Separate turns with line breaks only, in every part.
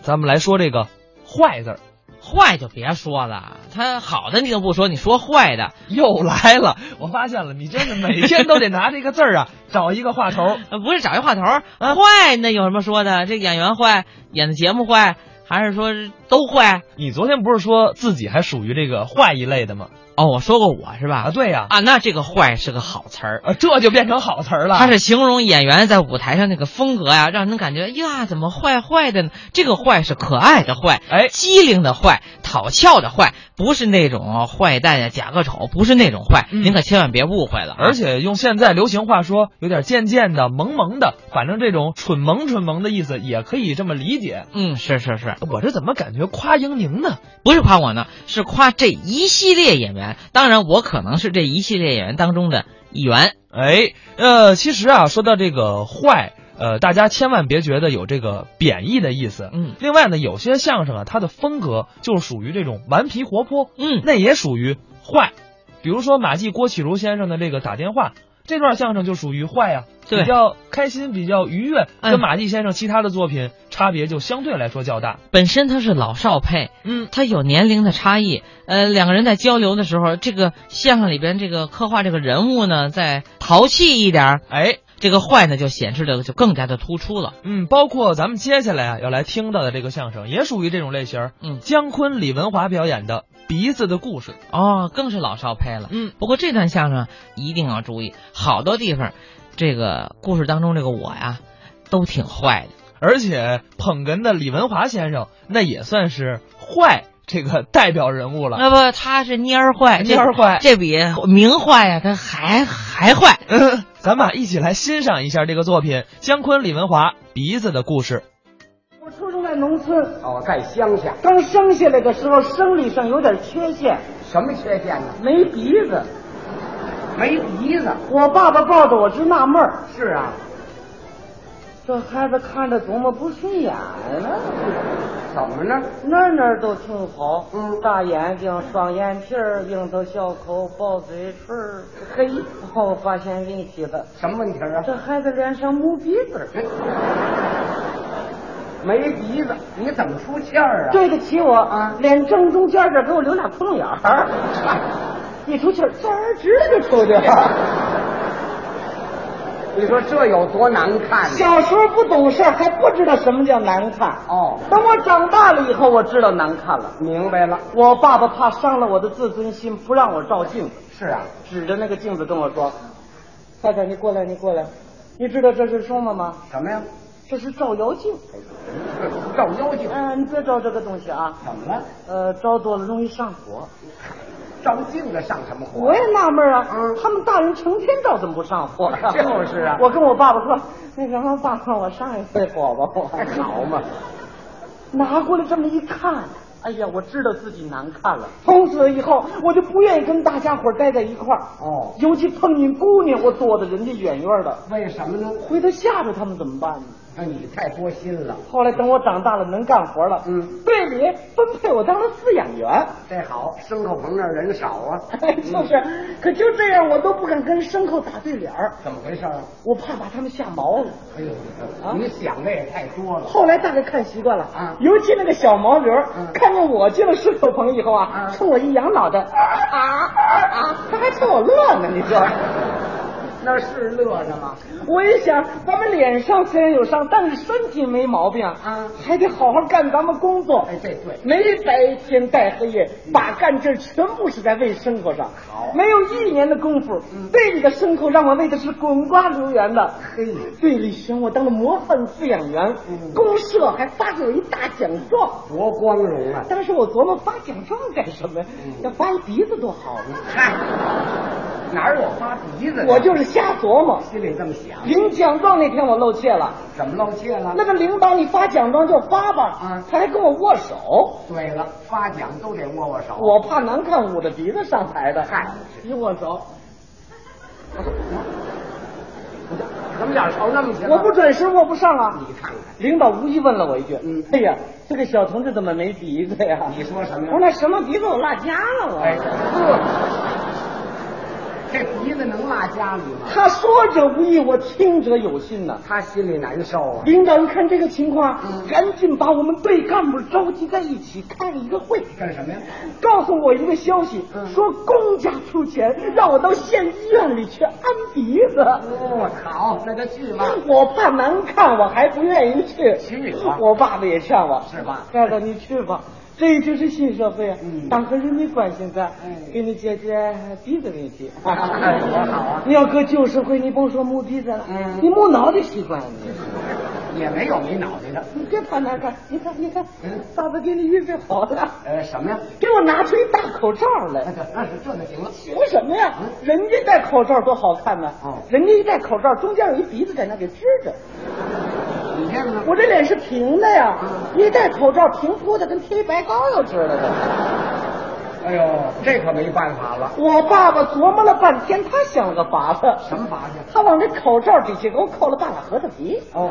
咱们来说这个坏字儿。
坏就别说了，他好的你都不说，你说坏的，
又来了，我发现了，你真的每天都得拿这个字儿啊找一个话头儿。
呃不是找一话头儿，呃坏那有什么说的？这演员坏，演的节目坏，还是说都坏？
你昨天不是说自己还属于这个坏一类的吗？
哦，我说过我是吧？
对呀、
啊，那这个坏是个好词儿，
啊，这就变成好词儿了。
它是形容演员在舞台上那个风格呀、让人感觉哎呀，怎么坏坏的呢？这个坏是可爱的坏，
哎
机灵的坏，讨俏的坏，不是那种坏蛋呀、假个丑，不是那种坏。
嗯
您可千万别误会了啊。
而且用现在流行话说，有点贱贱的、萌萌的，反正这种蠢萌蠢萌的意思也可以这么理解。
嗯，是是是，
我这怎么感觉夸英宁呢？
不是夸我呢，是夸这一系列演员。当然，我可能是这一系列演员当中的一员。
哎，呃，其实啊，说到这个坏，呃，大家千万别觉得有这个贬义的意思。
嗯
另外呢，有些相声啊，它的风格就是属于这种顽皮活泼，
嗯，
那也属于坏。比如说马季、郭启儒先生的这个打电话这段相声就属于坏呀、
对
比较开心，比较愉悦，
嗯
跟马季先生其他的作品差别就相对来说较大。
本身他是老少配，
嗯，
他有年龄的差异。呃，两个人在交流的时候，这个相声里边这个刻画这个人物呢，再淘气一点儿，
哎，
这个坏呢就显示的就更加的突出了。
嗯，包括咱们接下来啊要来听到的这个相声也属于这种类型。
嗯
姜昆、李文华表演的《鼻子的故事》。
哦，更是老少配了。
嗯，
不过这段相声一定要注意，好多地方，这个故事当中这个我呀，都挺坏的。
而且捧哏的李文华先生那也算是坏这个代表人物了。
那不，他是蔫儿坏，这
蔫儿坏
这比明坏呀、他还还坏。
嗯， 咱们啊一起来欣赏一下这个作品《姜昆、李文华鼻子的故事》。
我出生在农村，
哦，在乡下，
刚生下来的时候生理上有点缺陷，
什么缺陷呢？
没鼻子。
没鼻子。
我爸爸抱着我直纳闷儿，
是啊，
这孩子看着多么不顺眼呢？
怎么呢？
哪儿哪儿都挺好，
嗯
大眼睛、双眼皮儿、樱桃小口、薄嘴唇儿。
嘿，
我发现问题了，
什么问题啊？
这孩子脸上没鼻子儿，
没鼻子，你怎么出气儿啊？
对得起我
啊
脸正中间这儿给我留俩窟窿眼儿，一出气儿，滋儿直的就出去了。
你说这有多难看呢？
小时候不懂事儿，还不知道什么叫难看。
哦
等我长大了以后，我知道难看了。
明白了，
我爸爸怕伤了我的自尊心，不让我照镜子，
是啊，
指着那个镜子跟我说：“太太，你过来，你过来，你知道这是什么吗？
什么呀？
这是照妖镜。
照妖镜？
嗯、你别照这个东西啊，
怎么了？
呃，照多了容易上火。
照镜子上什么火？
我也纳闷啊，
嗯
他们大人成天照，怎么不上火呀、
就是 啊
我跟我爸爸说，那什么，爸爸，我上一回火吧，我。
还好嘛，
拿过来这么一看，哎呀，我知道自己难看
哦
了。从此以后，我就不愿意跟大家伙儿待在一块儿。
哦
尤其碰见姑娘，我躲得人家远远的，
为什么呢？
回头吓着他们怎么办呢？
那你太多心了，
后来等我长大了，能干活了，
嗯，
队里分配我当了饲养员。
这好，牲口棚那儿人少啊，
哎， 就是，可就这样，我都不敢跟牲口打对脸儿，
怎么回事啊？
我怕把他们吓毛了。
哎呦，
啊
你想的也太多了。
后来大概看习惯了
啊
尤其那个小毛驴儿
嗯
看见我进了石头棚以后啊
啊，
冲我一扬脑袋，啊啊，他还冲我乐呢，你说？
那是乐呢吗？
我一想，咱们脸上虽然有伤，但是身体没毛病
啊
还得好好干咱们工作。
哎，这对。
没白天带黑夜，把干劲儿全部使在喂牲口上。
好嗯
没有一年的功夫，队里的牲口让我喂的是滚瓜流圆的。
嘿，
队里选我当了模范饲养员，
嗯
公社还发给我一大奖状。
多光荣啊！
当时我琢磨发奖状干什么呀？
嗯
要发一鼻子多好呢！
嗨，哪有发鼻子的？
我就是瞎琢磨。
心里这么想，
领奖状那天我露怯了，
怎么露怯了？
那个领导你发奖状就发吧，
嗯
他还跟我握手，
对了，发奖都得握握手。
我怕难看，捂着鼻子上台的。
嗨
一握手，
怎么眼瞅那么些？
我不，准时握不上啊。
你看看，
领导无意问了我一句：“
嗯
哎呀，这个小同志怎么没鼻子呀？”
你说什
我
么哎
说
呀？
那什么鼻子我落家了我。
哎，呵这鼻子能落家里吗？
他说者无意，我听者有心呐、
他心里难受啊。
领导一看这个情况，
嗯
赶紧把我们队干部召集在一起开了一个会，
干什么呀？
告诉我一个消息，
嗯
说公家出钱让我到县医院里去安鼻子。
哦，好，那就去吧。
我怕难看，我还不愿意去。
去吧
我爸爸也劝我，
是吧
爸爸，你去吧，这就是新社会啊，
嗯
党和人民关系在，
嗯
给你解决鼻子问题。
那 有多好啊！
你要搁旧社会，你甭说摸鼻子了，
嗯
你摸脑袋习惯了。你
也没有没脑袋的。
你别怕难看，你看，你看
嗯，
爸爸给你预备好了，
呃，什么呀？
给我拿出一大口罩
那
来。
就那是这就行了。
凭什么呀？人家戴口罩多好看呢、
哦
人家一戴口罩，中间有一鼻子在那给支着。
你这个
我这脸是平的呀，一戴口罩平铺的，跟贴白膏药似的呢。
哎呦，这可没办法了。
我爸爸琢磨了半天，他想了个法子，
什么法子？
他往这口罩底下给我扣了半拉核桃皮，
哦，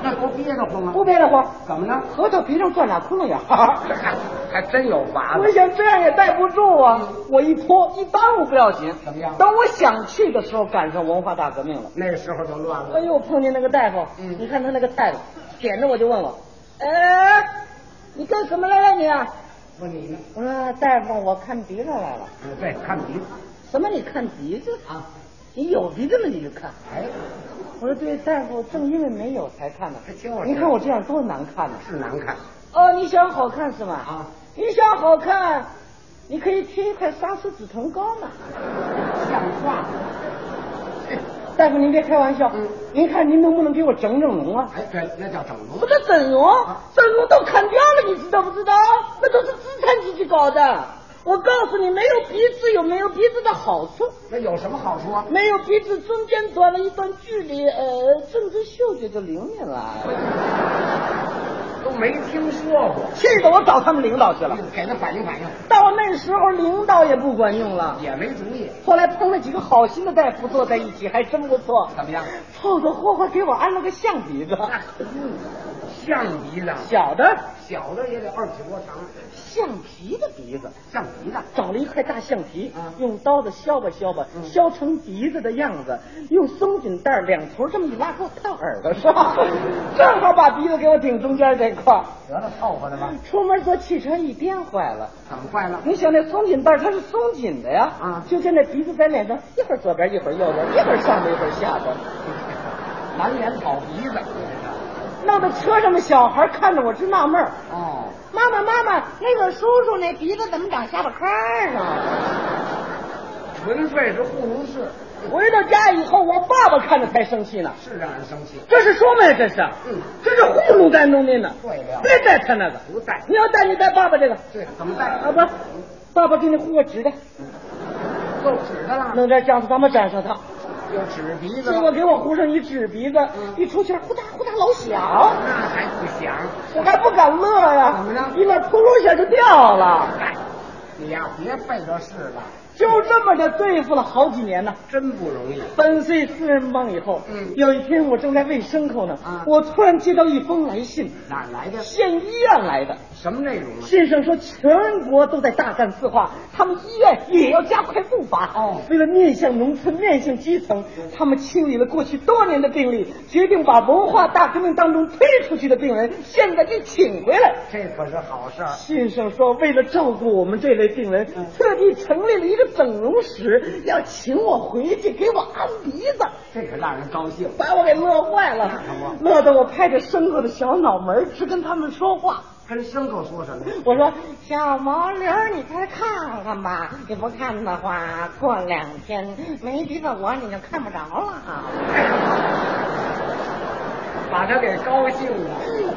那多憋得慌啊！
不憋得慌，
怎么呢？
核桃皮上钻俩窟窿眼儿。
还还真有法
我
子。
想这样也戴不住啊！我一脱一耽误不要紧，
怎么样
等我想去的时候，赶上文化大革命了。
那时候就乱
哎
了。
呦，我碰见那个大夫，
嗯
你看他那个态度，点着我就问我，哎，你干什么来了你？啊
问你呢？
我说大夫，我看鼻子来了。
嗯，对，看鼻子
什么？你看鼻子？
啊。
你有鼻子了你就看。
哎，
我说对，大夫，正因为没有才看呢
哎就是。
你看我这样多难看呢、
是难看
哦，你想好看是吧？
啊。
你想好看，你可以贴一块沙司紫藤膏嘛。
像话吗？
大夫，您别开玩笑，
嗯
您看您能不能给我整整容啊？
哎，对，那叫整容
什。么叫整容？整容都砍掉了，你知道不知道？那都是资产阶级搞的。我告诉你，没有鼻子有没有鼻子的好处，
那有什么好处啊？
没有鼻子中间短了一段距离，呃，政治嗅觉就灵敏了。
都没听说过。
气得我找他们领导去了。
给他反映反映，
到那时候，领导也不管用了。
也没主意。
后来碰了几个好心的大夫坐在一起，还真不错，
怎么样？
凑凑合合给我安了个象鼻子，
啊嗯象鼻子，
小的
小的也得二尺多长，
橡皮的鼻子。
象鼻子。
找了一块大橡皮
啊，
用刀子削吧削吧，
嗯
削成鼻子的样子，用松紧带两头这么一拉，给我烫耳 朵上，正好把鼻子给我顶中间这块儿。
得了，凑合的吧。
出门坐汽车一颠坏了，
怎么坏了？
你想那松紧带它是松紧的呀，
啊
就跟那鼻子在脸上一会儿左边一会儿右边，一会儿上边一会儿下边，
满脸跑鼻子。
弄得车上的小孩看着我直纳闷儿
哦，
妈妈妈妈，那个叔叔那鼻子怎么长下巴颏儿啊呢？
纯粹是糊弄事。
回到家以后，我爸爸看着才生气呢。
是让人生气。
这是说明呀，这是，
嗯
这是糊弄咱农民呢。
对了
别带他那个，
不带
你要带你带爸爸这个，
对，怎么带？
啊不，爸爸给你糊个纸的，
有纸的了，
弄点姜子咱们粘上它。
有纸鼻子
结
了
果，给我糊上一纸鼻子，
嗯
一出气儿呼嗒呼嗒老响，
那还不响？
我还不敢乐呀，
怎么着
一面扑噜一下就掉了。
嗨，你呀，别费这事了，
就这么着对付了好几年呢。
真不容易。
三岁四人帮以后，
嗯
有一天我正在喂牲口呢，
啊
我突然接到一封来信，
哪儿来的？
县医院来的。
什么内容啊？
信上说，全国都在大干四化，他们医院也要加快步伐。
哦
为了面向农村、面向基层，他们清理了过去多年的病例，决定把文化大革命当中推出去的病人，现在给请回来。
这可是好事儿。
信上说，为了照顾我们这类病人，
嗯
特地成立了一个整容室，要请我回去给我安鼻子，
这可让人高兴。
把我给乐坏了
那可不，
乐得我拍着牲口的小脑门儿直跟他们说话。
跟牲口说什 么呀？
我说小毛驴儿，你快看看吧，你不看的话，过两天没鼻子我你就看不着了。啊
把他给高兴的，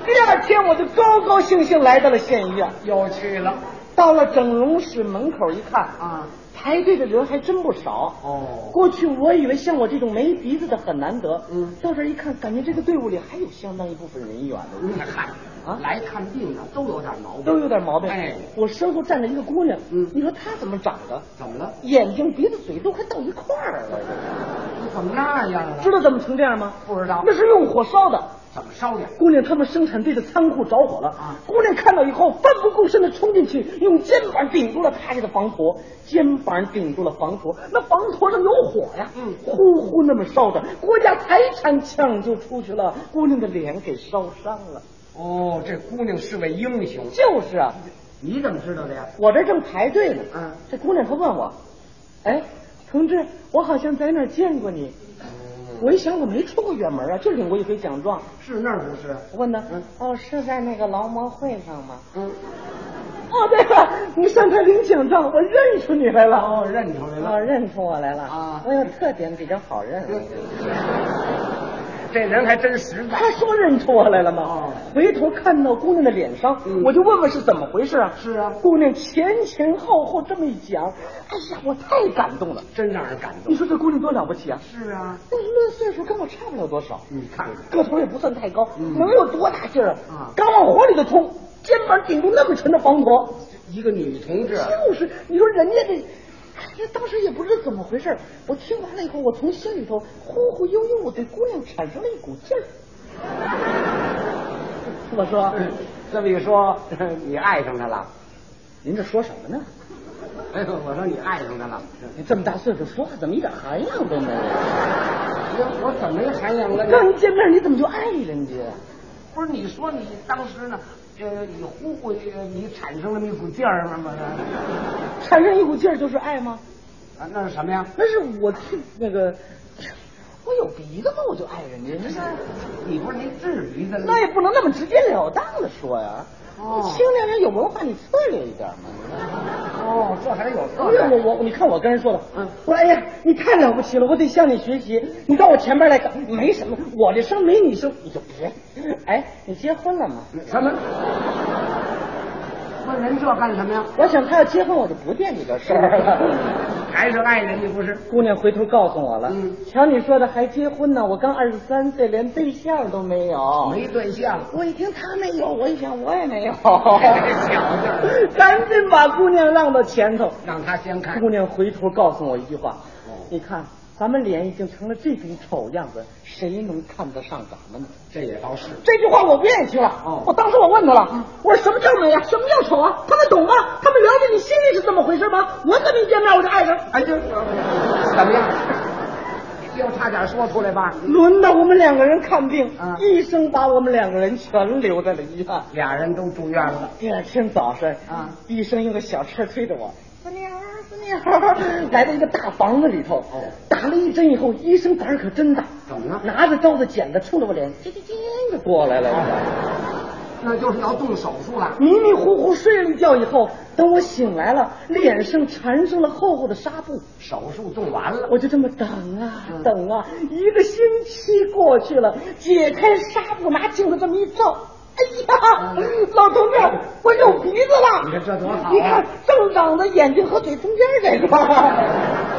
第二天我就高高兴兴来到了县医院，
又去了
到了整容室门口一看，
啊！
排队的人还真不少。
哦，
过去我以为像我这种没鼻子的很难得，
嗯
到这儿一看，感觉这个队伍里还有相当一部分人缘的，
你看
啊
来看病的都有点毛病，
都有点毛病。
哎，
我身后站着一个姑娘，
嗯
你说她怎么长的？
怎么了？
眼睛、鼻子、嘴都快到一块儿了。
你怎么那样了
知？道怎么成这样吗？
不知道
那是用火烧的，
怎么烧的？
姑娘他们生产队的仓库着火了
啊
姑娘看到以后，奋不顾身的冲进去，用肩膀顶住了趴下的防婆，肩膀顶住了防婆，那防婆上有火呀，
嗯
呼呼那么烧着，国家财产抢救出去了，姑娘的脸给烧伤了。
哦，这姑娘是位英雄。
就是啊，
你怎么知道的呀？
我这正排队呢，
嗯
这姑娘她问我，哎，同志，我好像在哪儿见过你。
嗯
我一想，我没出过远门啊，就领过一回奖状。
是那儿不是？
我问他
嗯，
哦，是在那个劳模会上吗？
嗯，
哦，对了，你上台领奖状，我认出你来了。
哦，认出来
哦，
了。
认出我来了
啊
我有特点比较好认。
这人还真实在。
他说认出我来了吗？
哦
回头看到姑娘的脸上，
嗯
我就问问是怎么回事啊？
是啊
姑娘前前后后这么一讲，哎呀，我太感动了。
真让人感
你
动。
说这姑娘多了不起啊？
是啊，
那论岁数跟我差不了多少，
你看看，
个头也不算太高，
嗯
能有多大劲儿
啊
敢往火里头冲，肩膀顶住那么沉的防婆，
一个女同志，啊
就是你说人家这，哎呀，当时也不知道怎么回事儿，我听完了以后，我从心里头忽忽悠悠，我对姑娘产生了一股劲儿。 我说，
这么一说， 你爱上她了。
您这说什么呢？
哎呦，我说你爱上她了。
你这么大岁数说话怎么一点涵养都没有？
我我怎么没涵养了
刚
呢？
一见面你怎么就爱人家？
不是你说你当时呢，呃，你忽忽呃你产生了那股劲儿吗？不是
产生一股劲儿就是爱吗？
啊，那是什么呀？
那是我去那个，我有鼻子吗？我就爱人家，
你不是你至于的？
那也不能那么直截了当的说呀。
哦
青年人有文化，你策略一点嘛。
哦，这还有
不是我哎我你看我跟人说的，
嗯
我说哎呀，你太了不起了，我得向你学习。你到我前边来干，没什么，我这声没你声，你就别。哎，你结婚了吗？
什么？问人这干什 么呀？
我想他要结婚，我就不惦记这事儿 了。
还是爱人，你不是？
姑娘回头告诉我了，
嗯
瞧你说的还结婚呢，我刚二十三岁，连对象都没有。
没对象。
我一听他没有，我一想我也没有，
小子儿
赶紧把姑娘让到前头。
让他 先看
姑。娘回头告诉我一句话
哦：“
你看，咱们脸已经成了这种丑样子，谁能看得上咱们呢
这也倒是。？”
这句话我不愿意听了。
哦
我当时我问他了，我说什么叫美啊，什么叫丑啊？他们懂吗？他们了解你心里是怎么回事吗？我怎么一见面我就爱上？
哎，这怎么样？又差点说出来吧？
轮到我们两个人看病
啊，
医生把我们两个人全留在了医院。
俩人都住院了。
第二天早上
啊
医生用个小车推着我，四妞儿四妞儿， 来到一个大房子里头。
哦
打了一针以后，医生胆儿可真大，
怎么了
拿着刀子、剪子冲着我脸，叽叽叽就过来了。
那就是要动手术了。
迷迷糊糊睡了一觉以后，等我醒来了，脸上缠上了厚厚的纱布。
手术动完了，
我就这么等啊
嗯
等啊，一个星期过去了，解开纱布，拿镜子这么一照，哎呀
嗯，
老同志，我有鼻子了！
你看这多好啊嗯
你看正长的眼睛和嘴中间这块儿，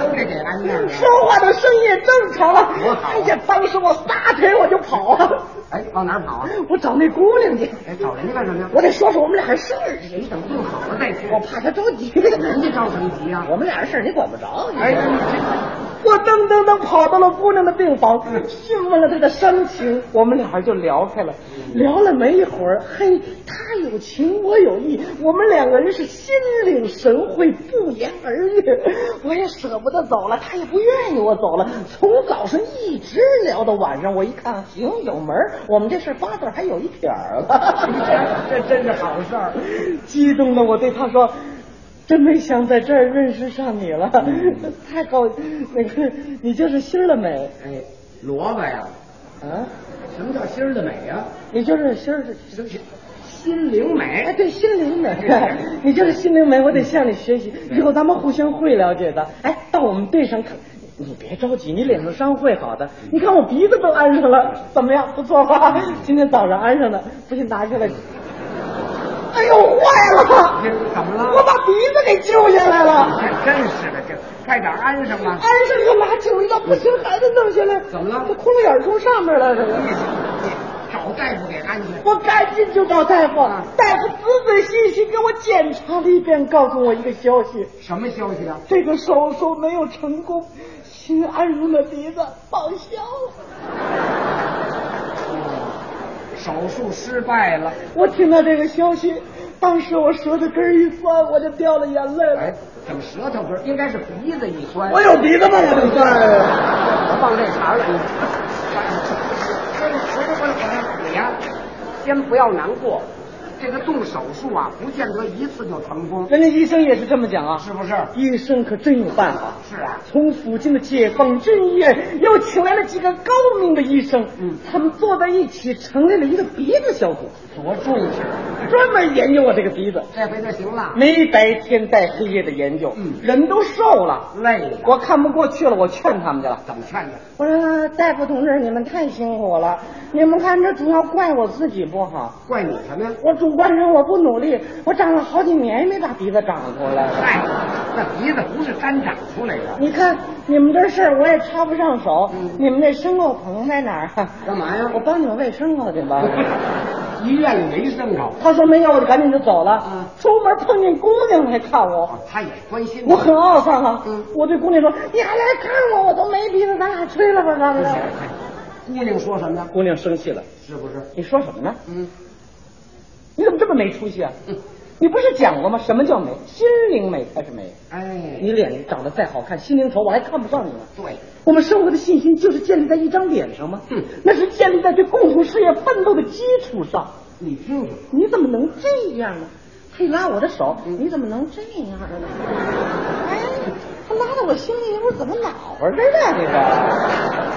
都得给安面了。
说话的声音也正常了
嗯多好啊。
哎呀，当时我撒腿我就跑啊，
哎，往哪儿跑啊？
我找那姑娘去，
哎，找人家干什么呀？
我得说说我们俩的事儿去，
你等病好了再说。
我怕她着急。
人家着什么急呀？
我们俩的事儿你管不着，你
哎，这
我噔噔噔跑到了姑娘的病房，询问了她的伤情，我们俩就聊开了。聊了没一会儿，嘿，她有情我有意，我们两个人是心领神会，不言而喻。我也舍不得走了，她也不愿意我走了。从早上一直聊到晚上，我一看行有门儿，我们这事儿八字还有一撇儿了。
这真是好事儿。
激动的我对他说：“真没想在这儿认识上你了， 太高，那个你就是心儿了美
哎，萝卜呀，
啊，
什么叫心儿的美呀？
你就是心儿，
心灵
哎，
美。
对，心灵美，啊你就是心灵美，我得向你学习，以后咱们互相会了解的。哎，到我们队上看。”你别着急，你脸上伤会好的。你看我鼻子都安上了，怎么样？不错吧？ 今天早上安上的，不信拿下来。 哎呦，坏了！
这哎怎么了？哎
我把鼻子给揪下来了。
真是的，这快点安上吧。
安上个拿酒一道不行，还得弄下来。
怎么了
这窟窿眼儿从上面来了。
找大夫给安去。
我赶紧就找大夫，啊大夫仔仔细细给我检查了一遍，告诉我一个消息：
什么消息啊？
这个手术没有成功，新安上的鼻子报销了。
嗯手术失败了。
我听到这个消息，当时我舌头根儿一酸，我就掉了眼泪
哎
了。，
怎么舌头不是？应该是鼻子一酸。
我有鼻子吗？我的天呀！
我忘这茬了。这个不是不是不是呀，先不要难过，这个动手术啊，不见得一次就成功，
人家医生也是这么讲啊，
是不是？
医生可真有办法。
是啊，
从附近的解放军医院又请来了几个高明的医生，
嗯
他们坐在一起成立了一个鼻子小组，
多重视。
专门研究我这个鼻子，
这回就行了，
没白天带黑夜的研究，
嗯
人都瘦了，
累了。
我看不过去了，我劝他们去了。
怎么劝的？
我说大夫同志，你们太辛苦了，你们看这主要怪我自己不好，
怪你什么呀？
我主观上我不努力，我长了好几年没把鼻子长出来了。
嗨，哎那鼻子不是干长出来的，
你看你们这事儿我也插不上手，
嗯
你们那牲口棚在哪儿啊？
干嘛呀
我帮你们喂牲口去吧。
医院里没牲口，
他说没有，我就赶紧就走了。
嗯
出门碰见姑娘还看我，
哦他也关心你
我很懊丧啊。
嗯
我对姑娘说：“你还来看我，我都没鼻子，咱俩吹了吧，咱们。
嗯姑娘说什么呢？
姑娘生气了，
是不是？
你说什么呢？
嗯，
你怎么这么没出息啊？
嗯
你不是讲过吗？什么叫美？心灵美才是美。
哎，
你脸长得再好看，心灵丑，我还看不上你呢。
对，
我们生活的信心就是建立在一张脸上吗？
哼
那是建立在对共同事业奋斗的基础上。
你听听，
你怎么能这样呢？他一拉我的手，
嗯
你怎么能这样呢？哎，他拉到我心里，一会儿怎么哪回事呢？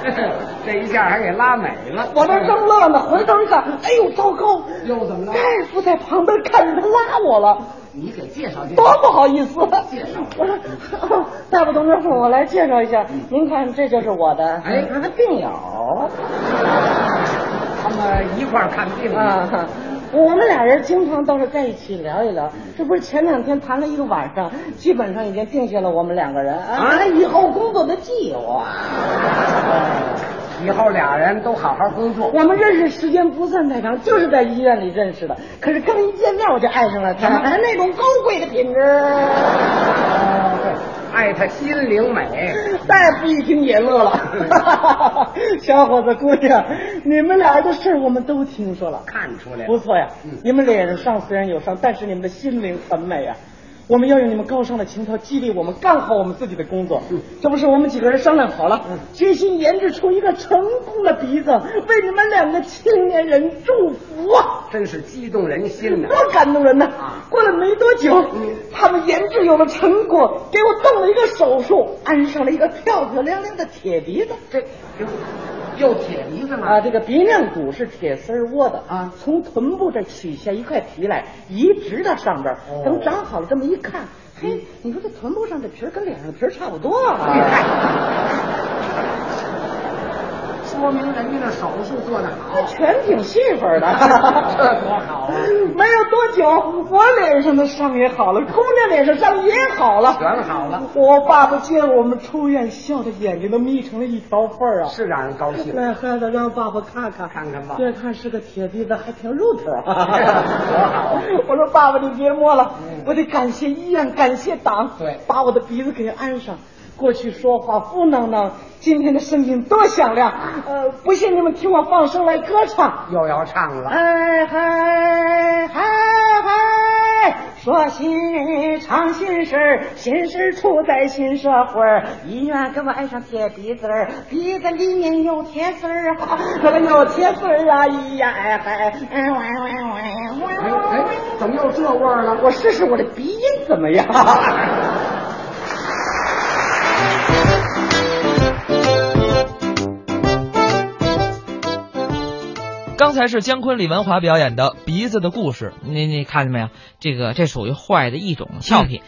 这个，
这一下还给拉美了。
我这正乐呢，回头一看，哎呦，糟糕！
又怎么了
大夫在旁边看着他拉我了，
你给介绍介
多
绍。
不好意思！
介绍
我说，哦大夫同志，我来介绍一下，您看，这就是我的
哎
病友。
他们一块儿看病
啊，哈我们俩人经常倒是在一起聊一聊，这不是前两天谈了一个晚上，基本上已经定下了我们两个人啊以后工作的啊计划。
以后俩人都好好工作。
我们认识时间不算太长，就是在医院里认识的，可是刚一见面我就爱上了他，
啊
那种高贵的品质。
哦，对，爱他心灵美。
大夫一听也乐了， 小伙子姑娘，你们俩的事儿我们都听说了。
看出来
不
了，
错呀，
嗯
你们脸上虽然有伤，但是你们的心灵很美啊。我们要用你们高尚的情操激励我们干好我们自己的工作。这不是我们几个人商量好了，决心研制出一个成功的鼻子，为你们两个青年人祝福啊！
真是激动人 心呐！
多感动人呐
啊！嗯
过了没多久，他们研制有了成果，给我动了一个手术，安上了一个漂漂亮亮的铁鼻子。
这又又铁鼻子
啊，
吗？
这个鼻梁骨是铁丝儿窝的
啊
从臀部这取下一块皮来，移植到上边儿，
哦嗯
等长好了，这么一看，嘿，你说这臀部上的皮儿跟脸上的皮儿差不多啊。
嗨说明人家的手术做得好
那。全挺细粉儿的，
这多好啊！
没有多久，我脸上的伤也好了，姑娘脸上伤也好了，
全好了，
我爸爸见我们出院，笑的眼睛都眯成了一条缝儿啊！
是让人高兴。
那孩子让爸爸看看，
看看吧
别看是个铁鼻子，还挺肉 头 啊。
多好啊
我说爸爸，你别摸了，
嗯
我得感谢医院，感谢党，
对
把我的鼻子给安上。过去说话窝囊囊，今天的声音多响亮。呃，不信你们听我放声来歌唱。
又要唱了，
哎嗨嗨嗨嗨！说心唱心事儿，心事儿出在新社会儿。医院给我爱上铁鼻子儿，鼻子里面有铁丝儿啊，怎么有铁丝儿啊？咿呀哎嗨，哎喂喂喂
哎
喂喂
哎！，怎么又这味儿了？
我试试我的鼻音怎么样？
刚才是姜昆、李文华表演的《鼻子的故事》。
你你看见没有？这个这属于坏的一种笑品。